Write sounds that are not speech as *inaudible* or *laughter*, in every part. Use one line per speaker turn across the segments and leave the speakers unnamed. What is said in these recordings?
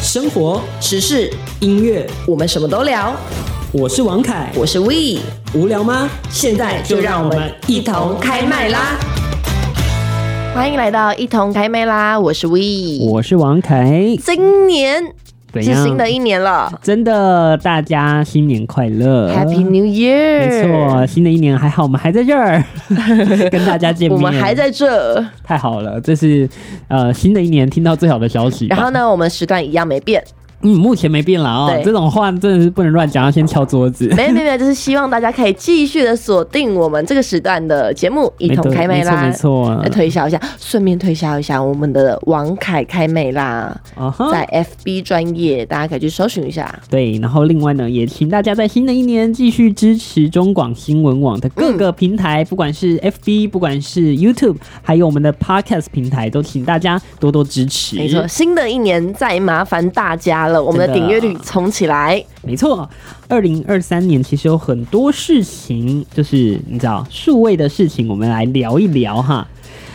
生活，
时事，
音乐，
我们什么都聊。
我是王凯。
我是 We，
无聊吗？
现在就让我们一同开麦啦！欢迎来到一同开麦啦，我是 We。
我是王凯。
今年
怎
是
样？
新的一年了
真的，大家新年快乐
，Happy New Year！
没错，，新的一年还好，我们还在这
*laughs*
儿跟大家见
我
面。
们还在这。
太好了，这是呃新的一年听到最好的消息吧。
然后呢，我们时段一样没
*laughs*
变，
嗯，目前没变啦哦
对。
这种话真的是不能乱讲，要先敲桌子。
没有没有没有，就是希望大家可以继续的锁定我们这个时段的节目，一同
没
开麦啦。
没错没
来
错。
推销一下，顺便推销一下我们的王凯开妹啦，
啊哈
在 FB 专业，大家可以去搜寻一下。
对，然后另外呢，也请大家在新的一年继续支持中广新闻网的各个平台，不管是 FB，不管是 YouTube，还有我们的 Podcast 平台，都请大家多多支持。
没错，新的一年再麻烦大家了，我们的
真的啊
订阅率冲起来。
没错，二零二三年其实有很多事情，就是你知道数位的事情，我们来聊一聊哈。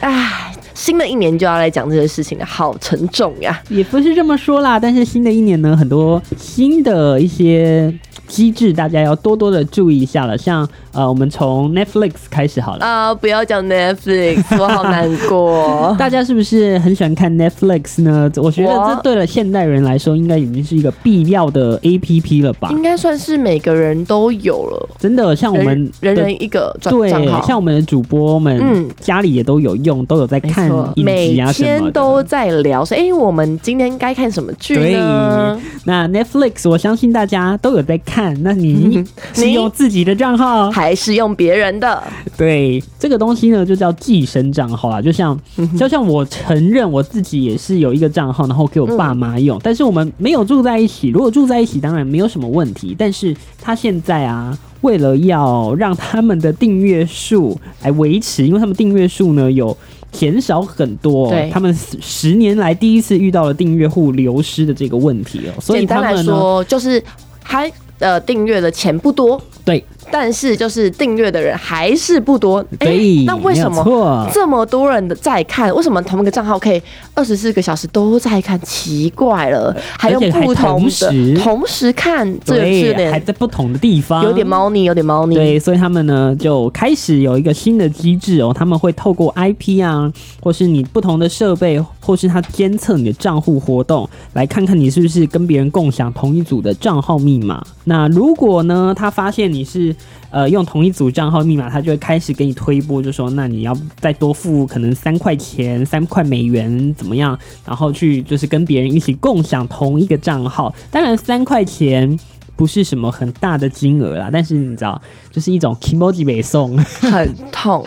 唉，新的一年就要来讲这些事情了，好沉重呀！
也不是这么说啦，但是新的一年呢，很多新的一些机制，大家要多多的注意一下了。像呃，我们从 Netflix 开始好了。
啊、不要讲 *laughs* Netflix，我好难 *laughs* 过。
大家是不是很喜欢看 Netflix 呢？我觉得
我
这对了现代人来说，应该已经是一个必要的 A P P 了吧？
应该算是每个人都有了，
真的，像我们
人人
的
人一个账
对
账，
像
号，
我们的主播们
嗯，
家里也都有用，都有在
没
看
错，
影
每
集啊什么的。
天都在聊说，哎、我们今天该看什么剧
对
呢？，
那 Netflix 我相信大家都有在看，那
嗯
你是
你
用自己的账号？
还是用别人的？
对，这个东西呢就叫寄生账号啦，就像
嗯
就像我承认我自己也是有一个账号，然后给我爸妈
嗯
用，但是我们没有住在一起。如果住在一起，当然没有什么问题。但是他现在啊，为了要让他们的订阅数来维持，因为他们订阅数呢有。减少很多哦、
对
他们十十年来第一次遇到了订阅户流失的这个问题哦，所以
简
他
单来
们呢，
说，就是他呃订阅的钱不多，
对
但是就是订阅的人还是不多。哎、
对，
那为什
没有
么
错
这么多人的在看？为什么同一个账号可以二十四个小时都在看？奇怪了，还有
而且还
不同
同
的
时
同时看，这个是有
对，还
点
在不同的地方，
有点猫腻，有点猫腻。
对，所以他们呢就开始有一个新的机制哦，他们会透过 IP 啊，或是你不同的设备，或是他监测你的账户活动，来看看你是不是跟别人共享同一组的账号密码。那如果呢，他发现你是呃用同一组账号密码，他就会开始给你推波，就说那你要再多付可能三块钱、三块美元怎么样，然后去就是跟别人一起共享同一个账号。当然三块钱。不是什么很大的金额啦，但是你知道，就是一种 emoji 北
*laughs*
送，
很痛，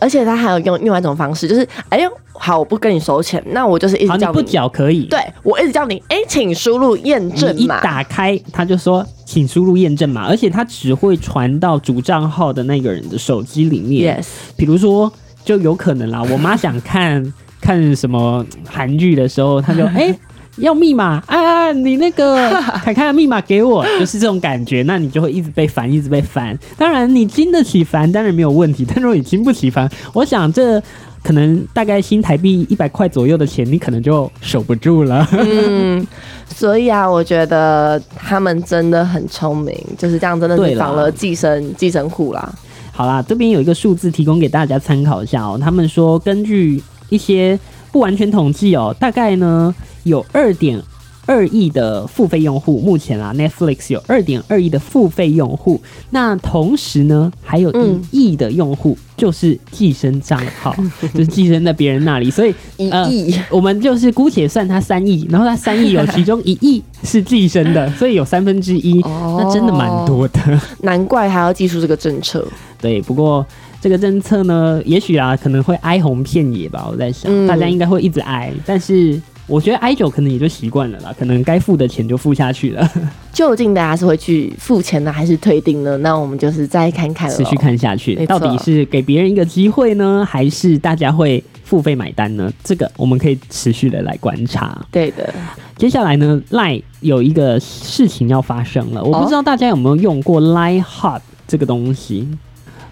而且他还有用另外一种方式，就是哎呦，好，我不跟你收钱，那我就是一
好你
直叫
不
你，
缴可以，，
对我一直叫你，哎，请输入验证
你一
码，
打开他就说请输入验证码，而且他只会传到主账号的那个人的手机里面。
Yes，
比如说，就有可能啦，我妈想看 *laughs* 看什么韩剧的时候，她就哎。要密码啊！你那个凯凯的密码给我，就是这种感觉。那你就会一直被烦，一直被烦。当然，你经得起烦，当然没有问题。但如果你经不起烦，我想这可能大概新台币一百块左右的钱，你可能就守不住了。
嗯，所以啊，我觉得他们真的很聪明，就是这样，真的
对
是
啦
防了寄生寄生户啦。
好啦，这边有一个数字提供给大家参考一下哦。他们说，根据一些不完全统计哦，大概呢有二点二亿的付费用户，目前啊 Netflix 有二点二亿的付费用户，那同时呢还有
嗯
一亿的用户、就是寄生账号，就是寄生在别人那里，所以
一
呃
亿、
我们就是姑且算他三亿，然后他三亿有其中一亿是寄生的，所以有三分之一，
哦
那真的蛮多的。
难怪还要技术这个政策。
对，不过这个政策呢，也许啊可能会哀鸿遍野吧。我在想，
嗯
大家应该会一直哀，但是我觉得哀久可能也就习惯了啦，可能该付的钱就付下去
*laughs*
了，
究竟大家是会去付钱呢，还是退订呢？那我们就是再看看了
持
咯。
续看下去，
没
到
错
底是给别人一个机会呢，还是大家会付费买单呢？这个我们可以持续的来观察。
对的，
接下来呢，赖有一个事情要发生
哦
了，我不知道大家有没有用过 Line Hub 这个东西。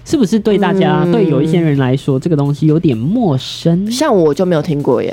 是不是对大家、
嗯
对有一些人来说，这个东西有点陌生？
像我就没有听过耶。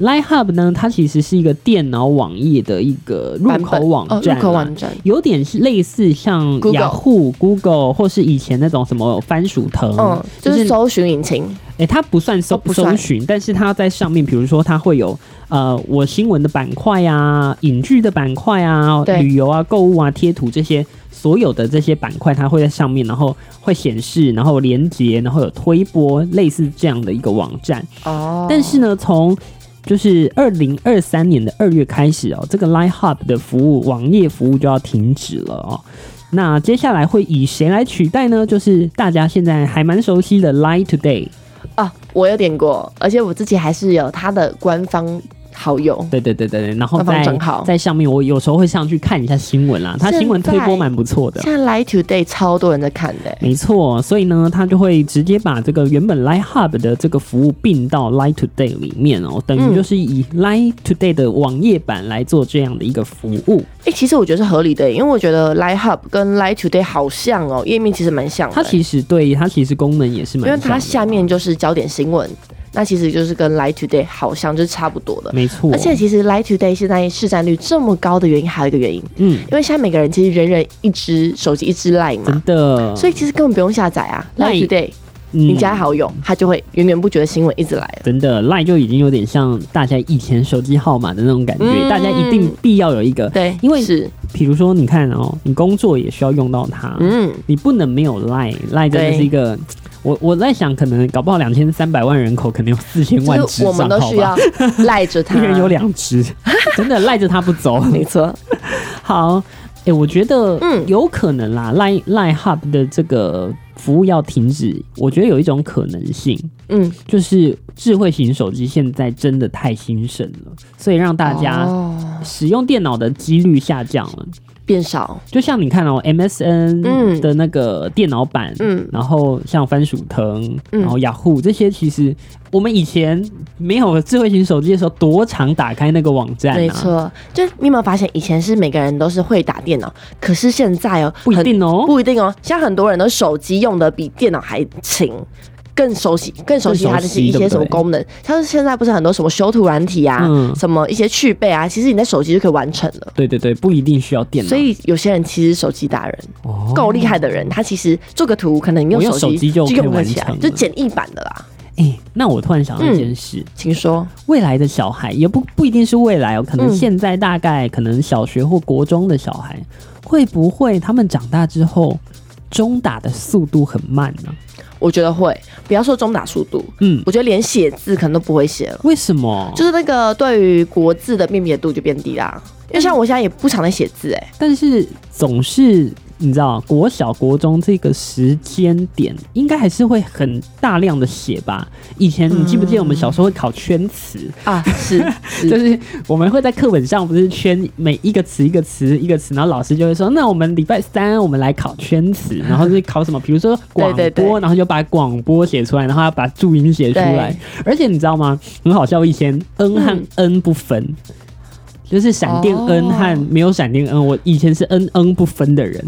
Line Hub 呢，它其实是一个电脑网页的一个入口网站、啊，
哦入口网站
有点类似像雅虎、Google 或是以前那种什么番薯藤，
嗯，就是搜寻引擎。
哎、欸，它不算搜、
哦、
搜寻，但是它在上面，比如说它会有呃，我新闻的板块啊，影剧的板块啊，旅游啊、购物啊、贴图这些，所有的这些板块，它会在上面，然后会显示，然后连接，然后有推播，类似这样的一个网站。
哦，
但是呢，从就是二零二三年的二月开始哦，这个 Line Hub 的服务网页服务就要停止了哦。那接下来会以谁来取代呢？就是大家现在还蛮熟悉的 Line Today。
啊，我有点过，而且我自己还是有他的官方好友。
对对对对对，然后在在上面，我有时候会上去看一下新闻啦，他新闻推播蛮不错的。
现在 Live Today 超多人在看的、欸，
没错，所以呢，他就会直接把这个原本 Live Hub 的这个服务并到 Live Today 里面哦、喔，等于就是以 Live Today 的网页版来做这样的一个服务。
哎、欸，其实我觉得是合理的、欸，因为我觉得 Light Hub 跟 Light Today 好像哦、喔，页面其实蛮像的、欸。
它其实对它其实功能也是蛮，
因为它下面就是焦点新闻，那其实就是跟 Light Today 好像，就是差不多的。
没错。
而且其实 Light Today 现在市占率这么高的原因，还有一个原因，嗯，因为现在每个人其实人人一只手机一只 Light 嘛，
真的，嗯
所以其实根本不用下载啊，Light Today。你加好友，他就会源源不绝的新闻一直来了。
真的，Line 就已经有点像大家以前手机号码的那种感觉，嗯、大家一定必要有一个。
对，
因为
是，
比如说你看哦，你工作也需要用到它，嗯，你不能没有 Line，Line 真的是一个。我我在想，可能搞不好两千三百万人口，可能有四千万只
我们都需要赖
*laughs*
着它，
一人有两
*laughs*
只，真的赖着它不走。
没错，
好。哎、欸，我觉得，嗯，有可能啦。Line Line Hub 的这个服务要停止，我觉得有一种可能性，
嗯，
就是智慧型手机现在真的太兴盛了，所以让大家
哦
使用电脑的几率下降了。
变少，
就像你看哦，MSN
嗯
的那个电脑版，嗯，然后像番薯藤，嗯、然后雅虎这些，其实我们以前没有智慧型手机的时候，多常打开那个网站、啊。
没错，就你有没有发现，以前是每个人都是会打电脑，可是现在哦，
不一定哦，
不一定哦，像很多人的手机用的比电脑还勤。更熟悉、更熟悉它的是一些什么功能？像是现在不是很多什么修图软体啊，嗯、什么一些去背啊，其实你在手机就可以完成了。
对对对，不一定需要电脑。
所以有些人其实手机达人，够厉、哦、害的人，他其实做个图，可能用手
机
就
用
得
起来，
就简易版的啦。
哎、欸，那我突然想到一件事，嗯、
请说。
未来的小孩也不不一定是未来
嗯
哦，可能现在大概、嗯、可能小学或国中的小孩，会不会他们长大之后中打的速度很慢呢、啊？
我觉得会，不要说中打速度，
嗯，
我觉得连写字可能都不会写了。
为什么？
就是那个对于国字的辨别度就变低啦。因为像我现在也不常在写字、欸，哎，
但是总是你知道，国小、国中这个时间点，应该还是会很大量的写吧。以前你记不记得我们小时候会考圈词、
嗯、啊？ *laughs* 是，是
就是我们会在课本上不是圈每一个词一个词一个词，然后老师就会说，那我们礼拜三我们来考圈词，然后是考什么？比如
*laughs*
说广播，
對對對
然后就把广播写出来，然后要把注音写出来。而且你知道吗？很好笑，我以前 n 和 n 不分。嗯就是闪
哦
电 N 和没有闪电 N，、oh, 我以前是 N N 不分的人，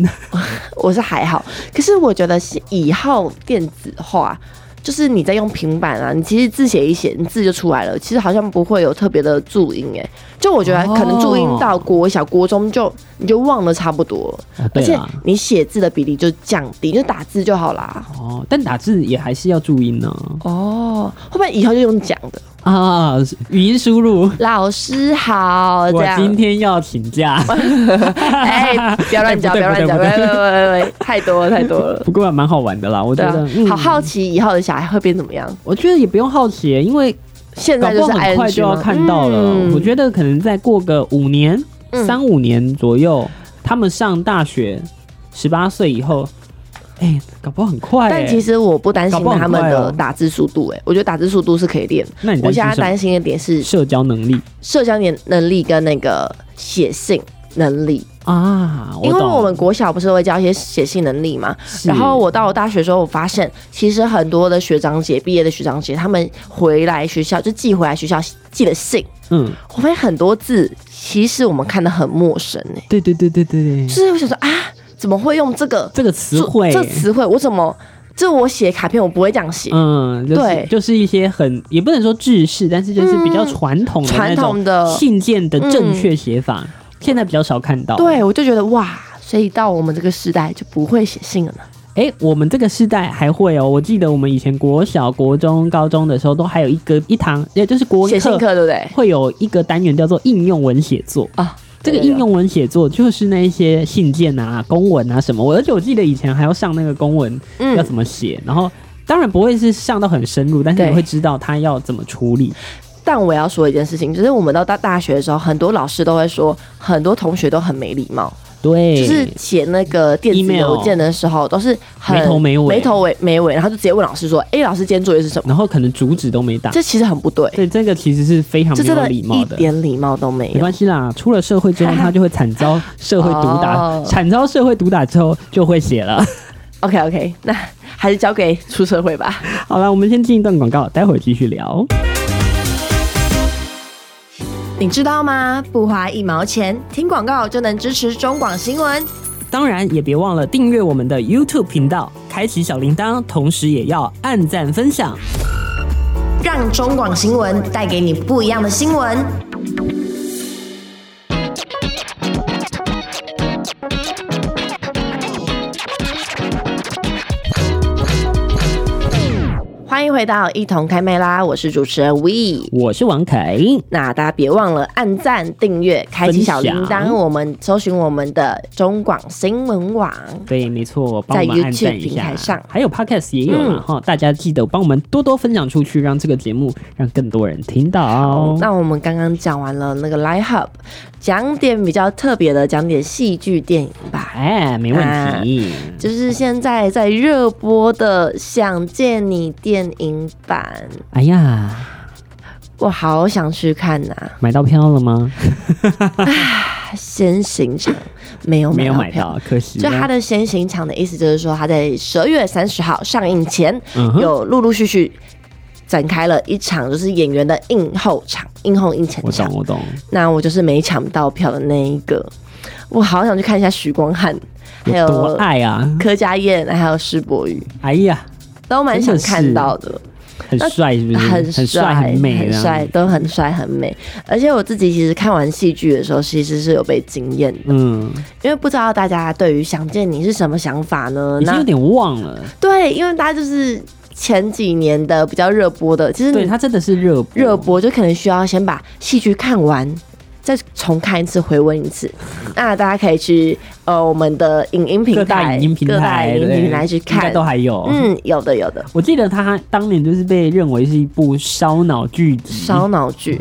我是还好。可是我觉得以后电子化，就是你在用平板啊，你其实字写一写，你字就出来了，其实好像不会有特别的注音哎、欸。就我觉得可能注音到国小、国中就你就忘了差不多了，
*laughs* 哦、
而且你写字的比例就降低，就打字就好啦。
哦，但打字也还是要注音呢、
啊。哦，会不会以后就用讲的？
啊，语音输入，
老师好，
我今天要请
*laughs*
假。
哎欸，不要乱讲，不要乱讲，喂喂喂喂，太多了太多了。
不过蛮好玩的啦， *laughs* 我觉得。啊
嗯、好好奇以后的小孩会变怎么样？
我觉得也不用好奇，因为
现在
就是很快就要看到了。嗯、我觉得可能再过个五年、三五年左右，嗯、他们上大学，十八岁以后。哎、欸，搞不好很快、欸。
但其实我不担心他们的打字速度、欸，哎、哦，我觉得打字速度是可以练。
哦那你
我现在担心的点是
社交能力、
社交能能力跟那个写信能力
啊。
因为我们国小不是会教一些写信能力嘛，然后我到了大学时候，我发现其实很多的学长姐毕业的学长姐，他们回来学校就寄回来学校寄的信，
嗯，
我发现很多字其实我们看的很陌生，哎，
对对对对对对，
就是我想说啊。怎么会用这个
这个词汇？
这词汇我怎么这我写卡片我不会这样写，
嗯，就是、
对嗯
就是一些很也不能说制式，但是就是比较传统的那
传统
种
的嗯
信件的正确写法，现在比较少看到。，
对我就觉得哇，所以到我们这个时代就不会写信了呢。
哎、我们这个世代还会哦，我记得我们以前国小、国中、高中的时候，都还有一个一堂，也就是国
写
文
信
课
课对不对？
会有一个单元叫做应用文写作。
啊，
这个
对
应用文写作就是那一些信件啊、公文啊什么，我而且我记得以前还要上那个公文
嗯
要怎么写，然后当然不会是上到很深入，但是
对
你会知道他要怎么处理。
但我要说一件事情，就是我们到大大学的时候，很多老师都会说，很多同学都很没礼貌，
对，
就是写那个电子
Email
邮件的时候都是很
没头没尾
没头尾没尾，然后就直接问老师说：“哎、老师今天作业是什么
然后可能主旨都没打？”。
这其实很不对，
对，这个其实是非常啊
这
没
真
有
的
礼
一
貌的。
点礼貌都没
没
有。
关系啦，出了社会 *laughs* 之后，他就会惨遭社会毒打
哦，
惨遭社会毒打之后就会写 *laughs* 了。
OK OK，那 *laughs* 还是交给出社会吧。
好了，我们先进一段广告，待会儿继续聊。
你知道吗？不花一毛钱，听广告就能支持中广新闻。
当然也别忘了订阅我们的 YouTube 频道，开启小铃铛，同时也要按赞分享。
让中广新闻带给你不一样的新闻。
欢迎回到一同开麦啦，我是主持人 We。
我是王凯，
那大家别忘了按赞、订阅、开启小铃
分
铛，
享
我们搜寻我们的中广新闻网。
对，没错，帮我们
在
按赞
YouTube
一
平
下。
台上
还有 Podcast 也有了哈、大家记得帮我们多多分享出去，让这个节目让更多人听到。
那我们刚刚讲完了那个 Live Hub，讲点比较特别的，讲点戏剧电影吧。
哎，没问题。
就是现在在热播的《想见你》电影版，
哎呀，
我好想去看啊呐、
买到票了吗？
先行场没有
没有
到
买
票
到，可惜
就
了。
它的先行场的意思，就是说它在十二月三十号上映前，
嗯哼
有陆陆续续展开了一场就是演员的映后场、映后映前
我懂
场。，
我懂。
那我就是没抢到票的那一个，我好想去看一下许光汉，还
有多
有
爱啊！
柯佳燕，还有施柏宇，
哎呀，
都蛮想
真
看
的是
到的。
很帅是不是？
很
很
帅，
很美啊
很
的。
帅，都很帅，很美。而且我自己其实看完戏剧的时候，其实是有被惊艳的，
嗯，
因为不知道大家对于《想见你》是什么想法呢？
已经有
那
点忘了。
对，因为大家就是前几年的比较热播的，其实
对，
你
他真的是热播
热播就可能需要先把戏剧看完。再重看一次，回温
*laughs*
一次。那大家可以去呃我们的影音平台、
各大影音平台、
各大影音
对
平台去
应该
看。
都还有。
嗯，有的有的，
我记得他当年就是被认为是一部烧脑剧集，
烧脑剧。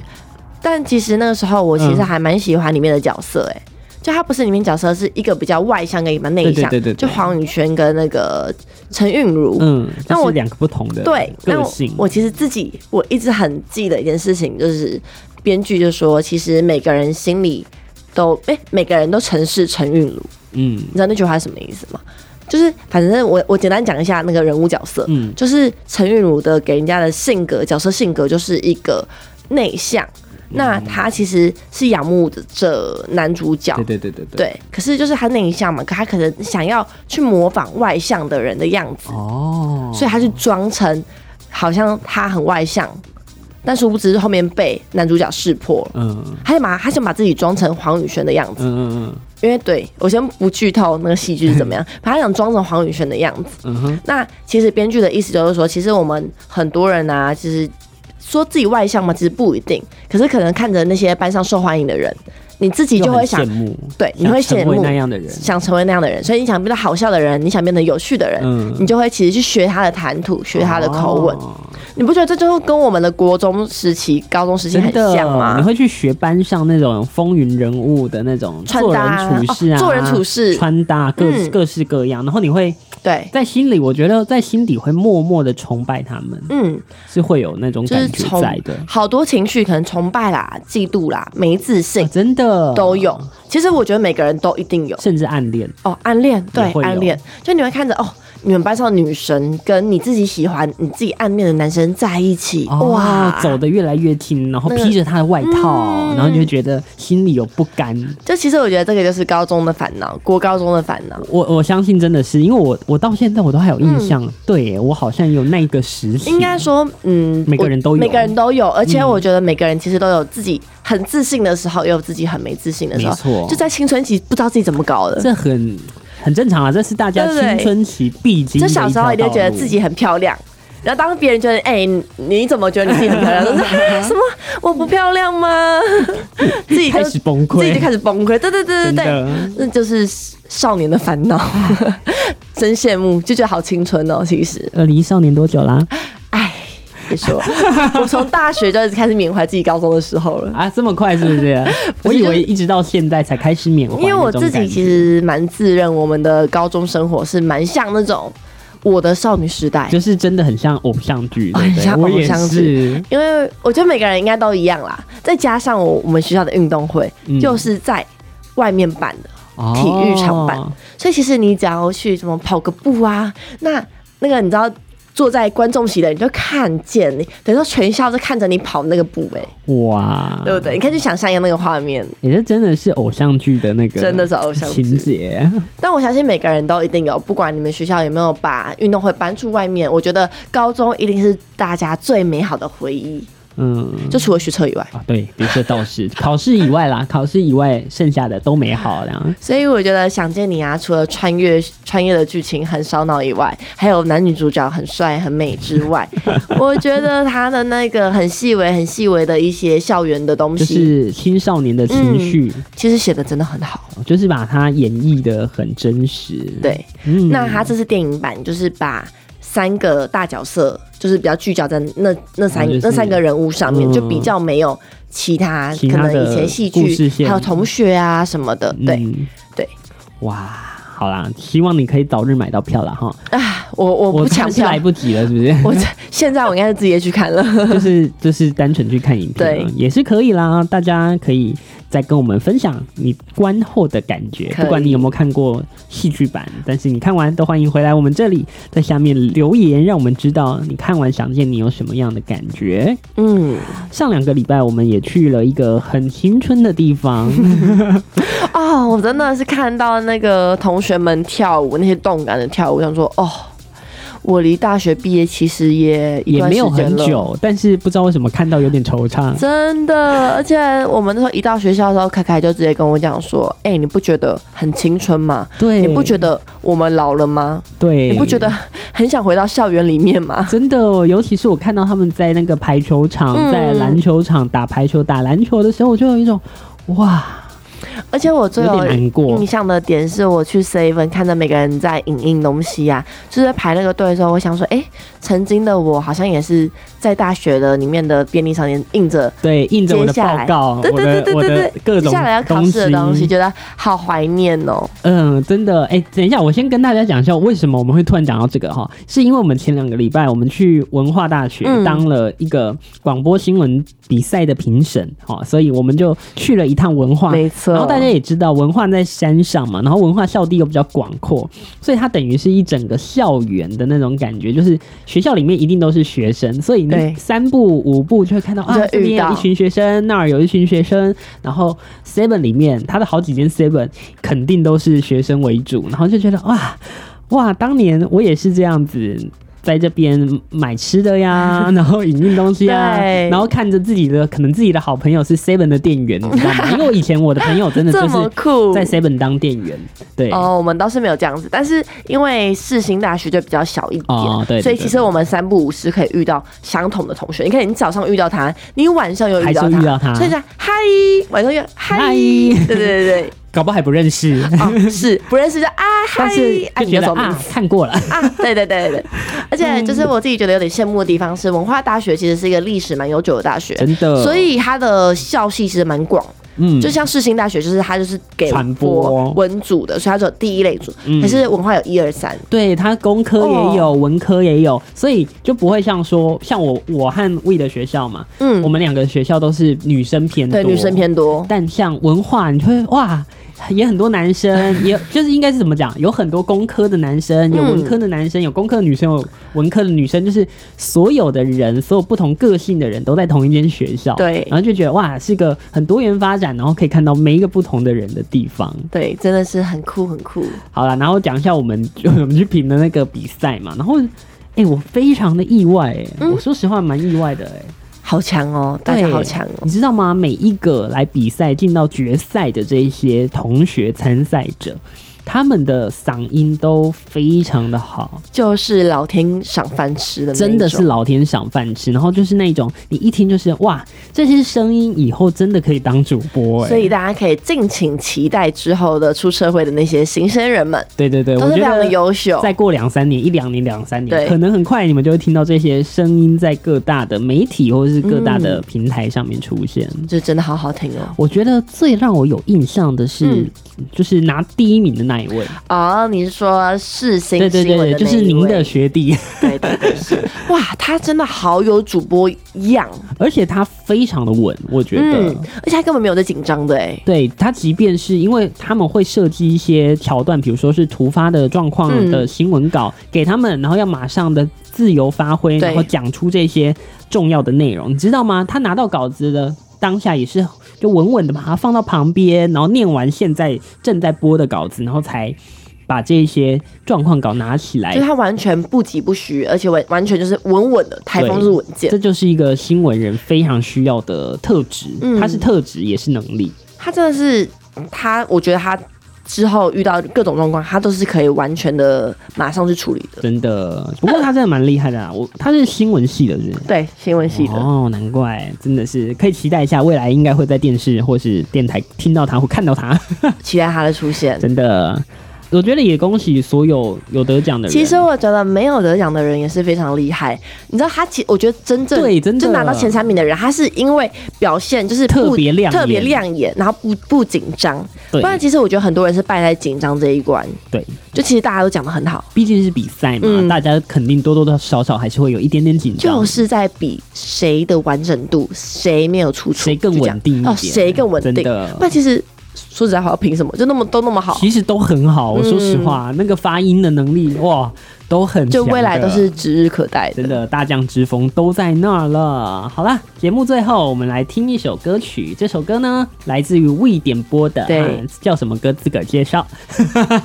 但其实那个时候，我其实
嗯
还蛮喜欢里面的角色、欸，哎、就他不是里面角色，是一个比较外向跟一个内向，
对对对对对
就黄宇轩跟那个陈韵如。
嗯，
那
那
我
是两个不同的
对，那
个
我
性。
我其实自己我一直很记得一件事情，就是编剧就说，其实每个人心里都哎、每个人都曾是陈韵如，
嗯
你知道那句话是什么意思吗？就是反正我我简单讲一下那个人物角色，
嗯
就是陈韵如的给人家的性格角色性格就是一个内向，
嗯
那她其实是仰慕着男主角。
对对对对对。
对，可是就是她内向嘛，可她可能想要去模仿外向的人的样子，
哦，
所以她就装成好像她很外向，但殊不知后面被男主角识破了，
嗯
她就把她想把自己装成黄宇轩的样子
嗯。嗯
因为对我先不剧透那个戏剧是怎
*laughs*
么样，反正他想装成黄宇轩的样子。
嗯嗯哼，
那其实编剧的意思就是说，其实我们很多人啊，其实说自己外向嘛，其实不一定。可是可能看着那些班上受欢迎的人，你自己就
又很
会想
羡，慕，
对，你会
想
羡
成为
慕
那样的人。
想成为那样的人，所以你想变得好笑的人，你想变得有趣的人，
嗯
你就会其实去学他的谈吐，学他的口吻。
哦
你不觉得这就跟我们的国中时期、高中时期很
真的
像吗？
你会去学班上那种风云人物的那种
穿
做
搭
人
啊
处事啊，
哦做人处事
穿搭各、
嗯
各式各样，然后你会
对，
在心里，我觉得在心底会默默的崇拜他们，
嗯。
是会有那种
就是
感觉
崇
在的，
好多情绪，可能崇拜啦、嫉妒啦、没自信
啊真的
都有。
哦
其实我觉得每个人都一定有
甚至暗恋。
哦，暗恋
也
对
会有
暗恋，就你会看着哦，你们班上的女神跟你自己喜欢、你自己暗恋的男生在一起，
哇
哇，，
哦
嗯
走得越来越近，然后
那个
披着他的外套，然后你就觉得心里有不甘。
就其实我觉得这个就是高中的烦恼，国高中的烦恼。
我我相信真的是，因为我我到现在我都还有印象，对耶我好像有那一个时期，
嗯应该说，嗯，
每个
我
人都有嗯
每个人都有，而且我觉得每个人其实都有自己很自信的时候，也有自己很没自信的时
没错
候，就在青春期不知道自己怎么搞的。
这很很正常啊，这是大家
对对对
青春期必经
就
的一条道
小
路。
时候一定会觉得自己很漂亮，然后当别人觉得哎、你你怎么觉得你自己很漂亮？就是 *laughs* 啊什么我不漂亮吗？
*laughs*
自己就
开始崩溃
自己就开始崩溃。对对对对
真
对
的，
那就是少年的烦恼。 *laughs* 真羡慕，就觉得好青春哦。其实，
呃，离少年多久啦？
哎，别说了，我从大学就开始缅怀自己高中的时候了。
啊，这么快是不
*laughs*
是？我以为一直到现在才开始缅怀那种感觉，
因为我自己其实蛮自认我们的高中生活是蛮像那种我的少女时代，
就是真的很像偶像剧，对
很
不对？
像
我
偶
也
像剧
是，
因为我觉得每个人应该都一样啦，再加上我我们学校的运动会、
嗯
就是在外面办的，
体
体育场办
哦
所以其实你只要去什么跑个步啊，那那个你知道坐在观众席的人就看见你，等于说全校都看着你跑那个步哎、
哇，
对不对？你可以去想象一下那个画面。
也是真的是偶像剧的那个，
真的是偶像剧
情节。
但我相信每个人都一定有，不管你们学校有没有把运动会搬出外面，我觉得高中一定是大家最美好的回忆，
嗯，
就除了学车以外。
啊，对，的确倒
*laughs*
是考试以外啦，考试以外剩下的都美好啦。
所以我觉得《想见你》啊，除了穿越穿越的剧情很烧脑以外，还有男女主角很帅很美之
*laughs*
外，我觉得他的那个很细微、很细微的一些校园的东
就
西，
是青少年的情绪，
其实写的真的很好。
就是把它演绎的很真实。，
对，
嗯
那他这是电影版，就是把三个大角色，就是比较聚焦在那那三、
啊就是
那三个人物上面，
嗯
就比较没有其他
其
可
他的
能以前戏
故事
剧
线
还有同学啊什么的。对
嗯
对，
哇。好啦，希望你可以早日买到票了哈！
啊，我我
我
不抢
看是
票
来。不及了，是不是？
*laughs* 我现在我应该是直接去看了。 *laughs*
就是就是单纯去看影片啊、
对
也是可以啦。大家可以再跟我们分享你观后的感觉，
可以
不管你有没有看过戏剧版，但是你看完都欢迎回来我们这里，在下面留言，让我们知道你看完《想见你》有什么样的感觉。
嗯，
上两个礼拜我们也去了一个很青春的地
*laughs*
方，
哦，我真的是看到那个同学们跳舞，那些动感的跳舞，我想说，哦，我离大学毕业其实也一
也
段
没有
时间
很
了，
久，但是不知道为什么看到有点惆怅。
真的。而且我们那时候一到学校的时候，凯凯就直接跟我讲说，哎、你不觉得很青春吗？
对，
你不觉得我们老了吗？
对？
你不觉得 *laughs* 很想回到校园里
*laughs*
面吗？
真的哦，尤其是我看到他们在那个排球场、
嗯
在篮球场打排球、打篮球的时候，我就有一种哇，
而且我最
有点难过
印象的点是我去 Seven 看到每个人在影印东西啊，就是在排那个队的时候，我想说，哎、曾经的我好像也是在大学的里面的便利商店印着，
对，印着我的
接下
报
来
告，
对对对
哦我
对
的我
对
的各
对，接
种
下来要考试的东西，觉得好怀念哦。
嗯，真的，哎、等一下，我先跟大家讲一下为什么我们会突然讲到这个哈，是因为我们前两个礼拜我们去文化大学
嗯
当了一个广播新闻比赛的评审哈，所以我们就去了一趟文化，
没错
然后大家也知道文化在山上嘛，然后文化校地又比较广阔，所以它等于是一整个校园的那种感觉，就是学校里面一定都是学生，所以
对
你三步五步就会看到啊
就，
这
遇
边有
到
一群学生，那儿有一群学生，然后 Seven 里面它的好几间 Seven 肯定都是学生为主，然后就觉得哇哇，当年我也是这样子。在这边买吃的呀，
*laughs*
然后引进东西啊，
对
然后看着自己的可能自己的好朋友是 Seven 的店员，你知道
*laughs*
吗？因为我以前我的朋友真的就
这么
是
酷
在 Seven 当店员，对，
哦，我们倒是没有这样子，但是因为世新大学就比较小一点，
哦对对
所以其实
对
我们三不五时可以遇到相同的同学。你看，你早上遇到他，你晚上又
还
遇
是
到
会
他，
遇到他
所以讲嗨，晚上又嗨，
嗨
对对对对，
搞不好还不认识，
哦，是不认识就啊嗨
*laughs* 但是，
啊
就
你叫
觉
什
得
么名
啊嗯
字？
看过了，
啊，对对对对
*laughs*
对，而且就是我自己觉得有点羡慕的地方是，文化大学其实是一个历史蛮悠久的大学，
真的，
所以它的校系其实蛮广，
嗯
就像世新大学就是它就是给
传播
我文组的，所以它只有第一类组，
嗯
可是文化有一二三，
对他工科也
哦
有，文科也有，所以就不会像说像我我和 We 的学校嘛，
嗯
我们两个学校都是女生偏多，
对，女生。偏多，
但像文化，你就会哇，也很多男生，也就是应该是怎么讲，有很多工科的男生，有文科的男生，有工科的女生，有文科的女生，就是所有的人，所有不同个性的人都在同一间学校，
对
然后就觉得哇，是个很多元发展，然后可以看到每一个不同的人的地方。
对，真的是很酷很酷。
好了，然后讲一下我们我们去评的那个比赛嘛，然后。哎、我非常的意外、哎、我说实话蛮意外的、哎，
好强哦，大家
对
好强哦
你！知道吗？每一个来比赛进到决赛的这一些同学参赛者，他们的嗓音都非常的好，
就是老天赏饭吃的那一种，
真的是老天赏饭吃。然后就是那种你一听就是哇，这些声音以后真的可以当主播哎、
所以大家可以敬请期待之后的出社会的那些新生人们，
对对对，
都
我
是
觉
非常的
得。
优秀。
再过两三年，一两年、两三年，
对
可能很快你们就会听到这些声音在各大的媒体或者是各大的平台上面出现。
就真的好好听哦！
我觉得最让我有印象的是，
嗯
就是拿第一名的那一位，
哦，你是说世新
对对
新
对
闻
对，
的
就
那
是
一
您
位
的，学弟， *laughs*
对对对，是 *laughs* 哇，他真的好有主播样，
而且他非常的稳，我觉得。
嗯，而且他根本没有在紧张的哎，
对他，即便是因为他们会设计一些桥段，比如说是突发的状况
嗯
的新闻稿、给他们，然后要马上的自由发挥，
对
然后讲出这些重要的内容，你知道吗？他拿到稿子的当下也是就稳稳的把它放到旁边，然后念完现在正在播的稿子，然后才把这些状况稿拿起来
就是他完全不疾不徐，而且完完全就是稳稳的，台风就是稳健
这，就是一个新闻人非常需要的特质，
嗯
它是特质也是能力。
他真的是嗯他，我觉得他之后遇到各种状况，他都是可以完全的马上去处理的。
真的，不过他真的蛮厉害的啦。我他是新闻系的，是不是
对，新闻系的，
哦，难怪，真的是可以期待一下，未来应该会在电视或是电台听到他或看到
*laughs*
他，
期待他的出现。
真的。我觉得也恭喜所有有得奖的人。
其实我觉得没有得奖的人也是非常厉害，你知道他其我觉得真正
对真的
就拿到前三名的人，他是因为表现就是不
特别亮眼
特别亮眼，然后不不紧张。不
对
然其实我觉得很多人是败在紧张这一关，
对，
就其实大家都讲得很好，
毕竟是比赛嘛，
嗯
大家肯定多多少少还是会有一点点紧张。
就是在比谁的完整度，谁没有出错，
谁更
就这样
稳定一点
哦，谁更稳
真
定。
的
那其实说实在话，凭什么就那么都那么好？
其实都很好，
嗯
我说实话，那个发音的能力哇，都很
就
强
未来
的
都是指日可待
真的大将之风都在那儿了。好啦，节目最后我们来听一首歌曲，这首歌呢来自于未点播的，
对
啊叫什么歌？自个儿介绍。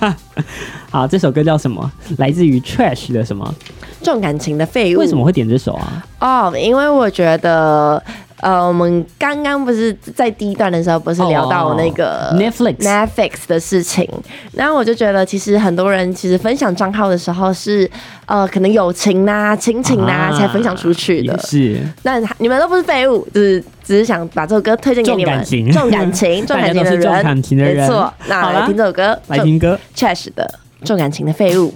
*laughs* 好，这首歌叫什么？来自于 Trash 的什么？
重感情的废物。
为什么会点这首啊？
哦，因为我觉得，呃，我们刚刚不是在第一段的时候，不是聊到那个
哦 Netflix
Netflix 的事情，然后我就觉得，其实很多人其实分享账号的时候是，呃，可能友情呐、亲情呐、
啊
才分享出去的
也。是，
那你们都不是废物，就是只是想把这首歌推荐给你们，
重感情
重感情，重感情
*laughs* 大
的
家都是重
人，
感情的人
没错。
好
那
啦
来听这首歌，
来听歌。
Trash 的《重感情的废物》。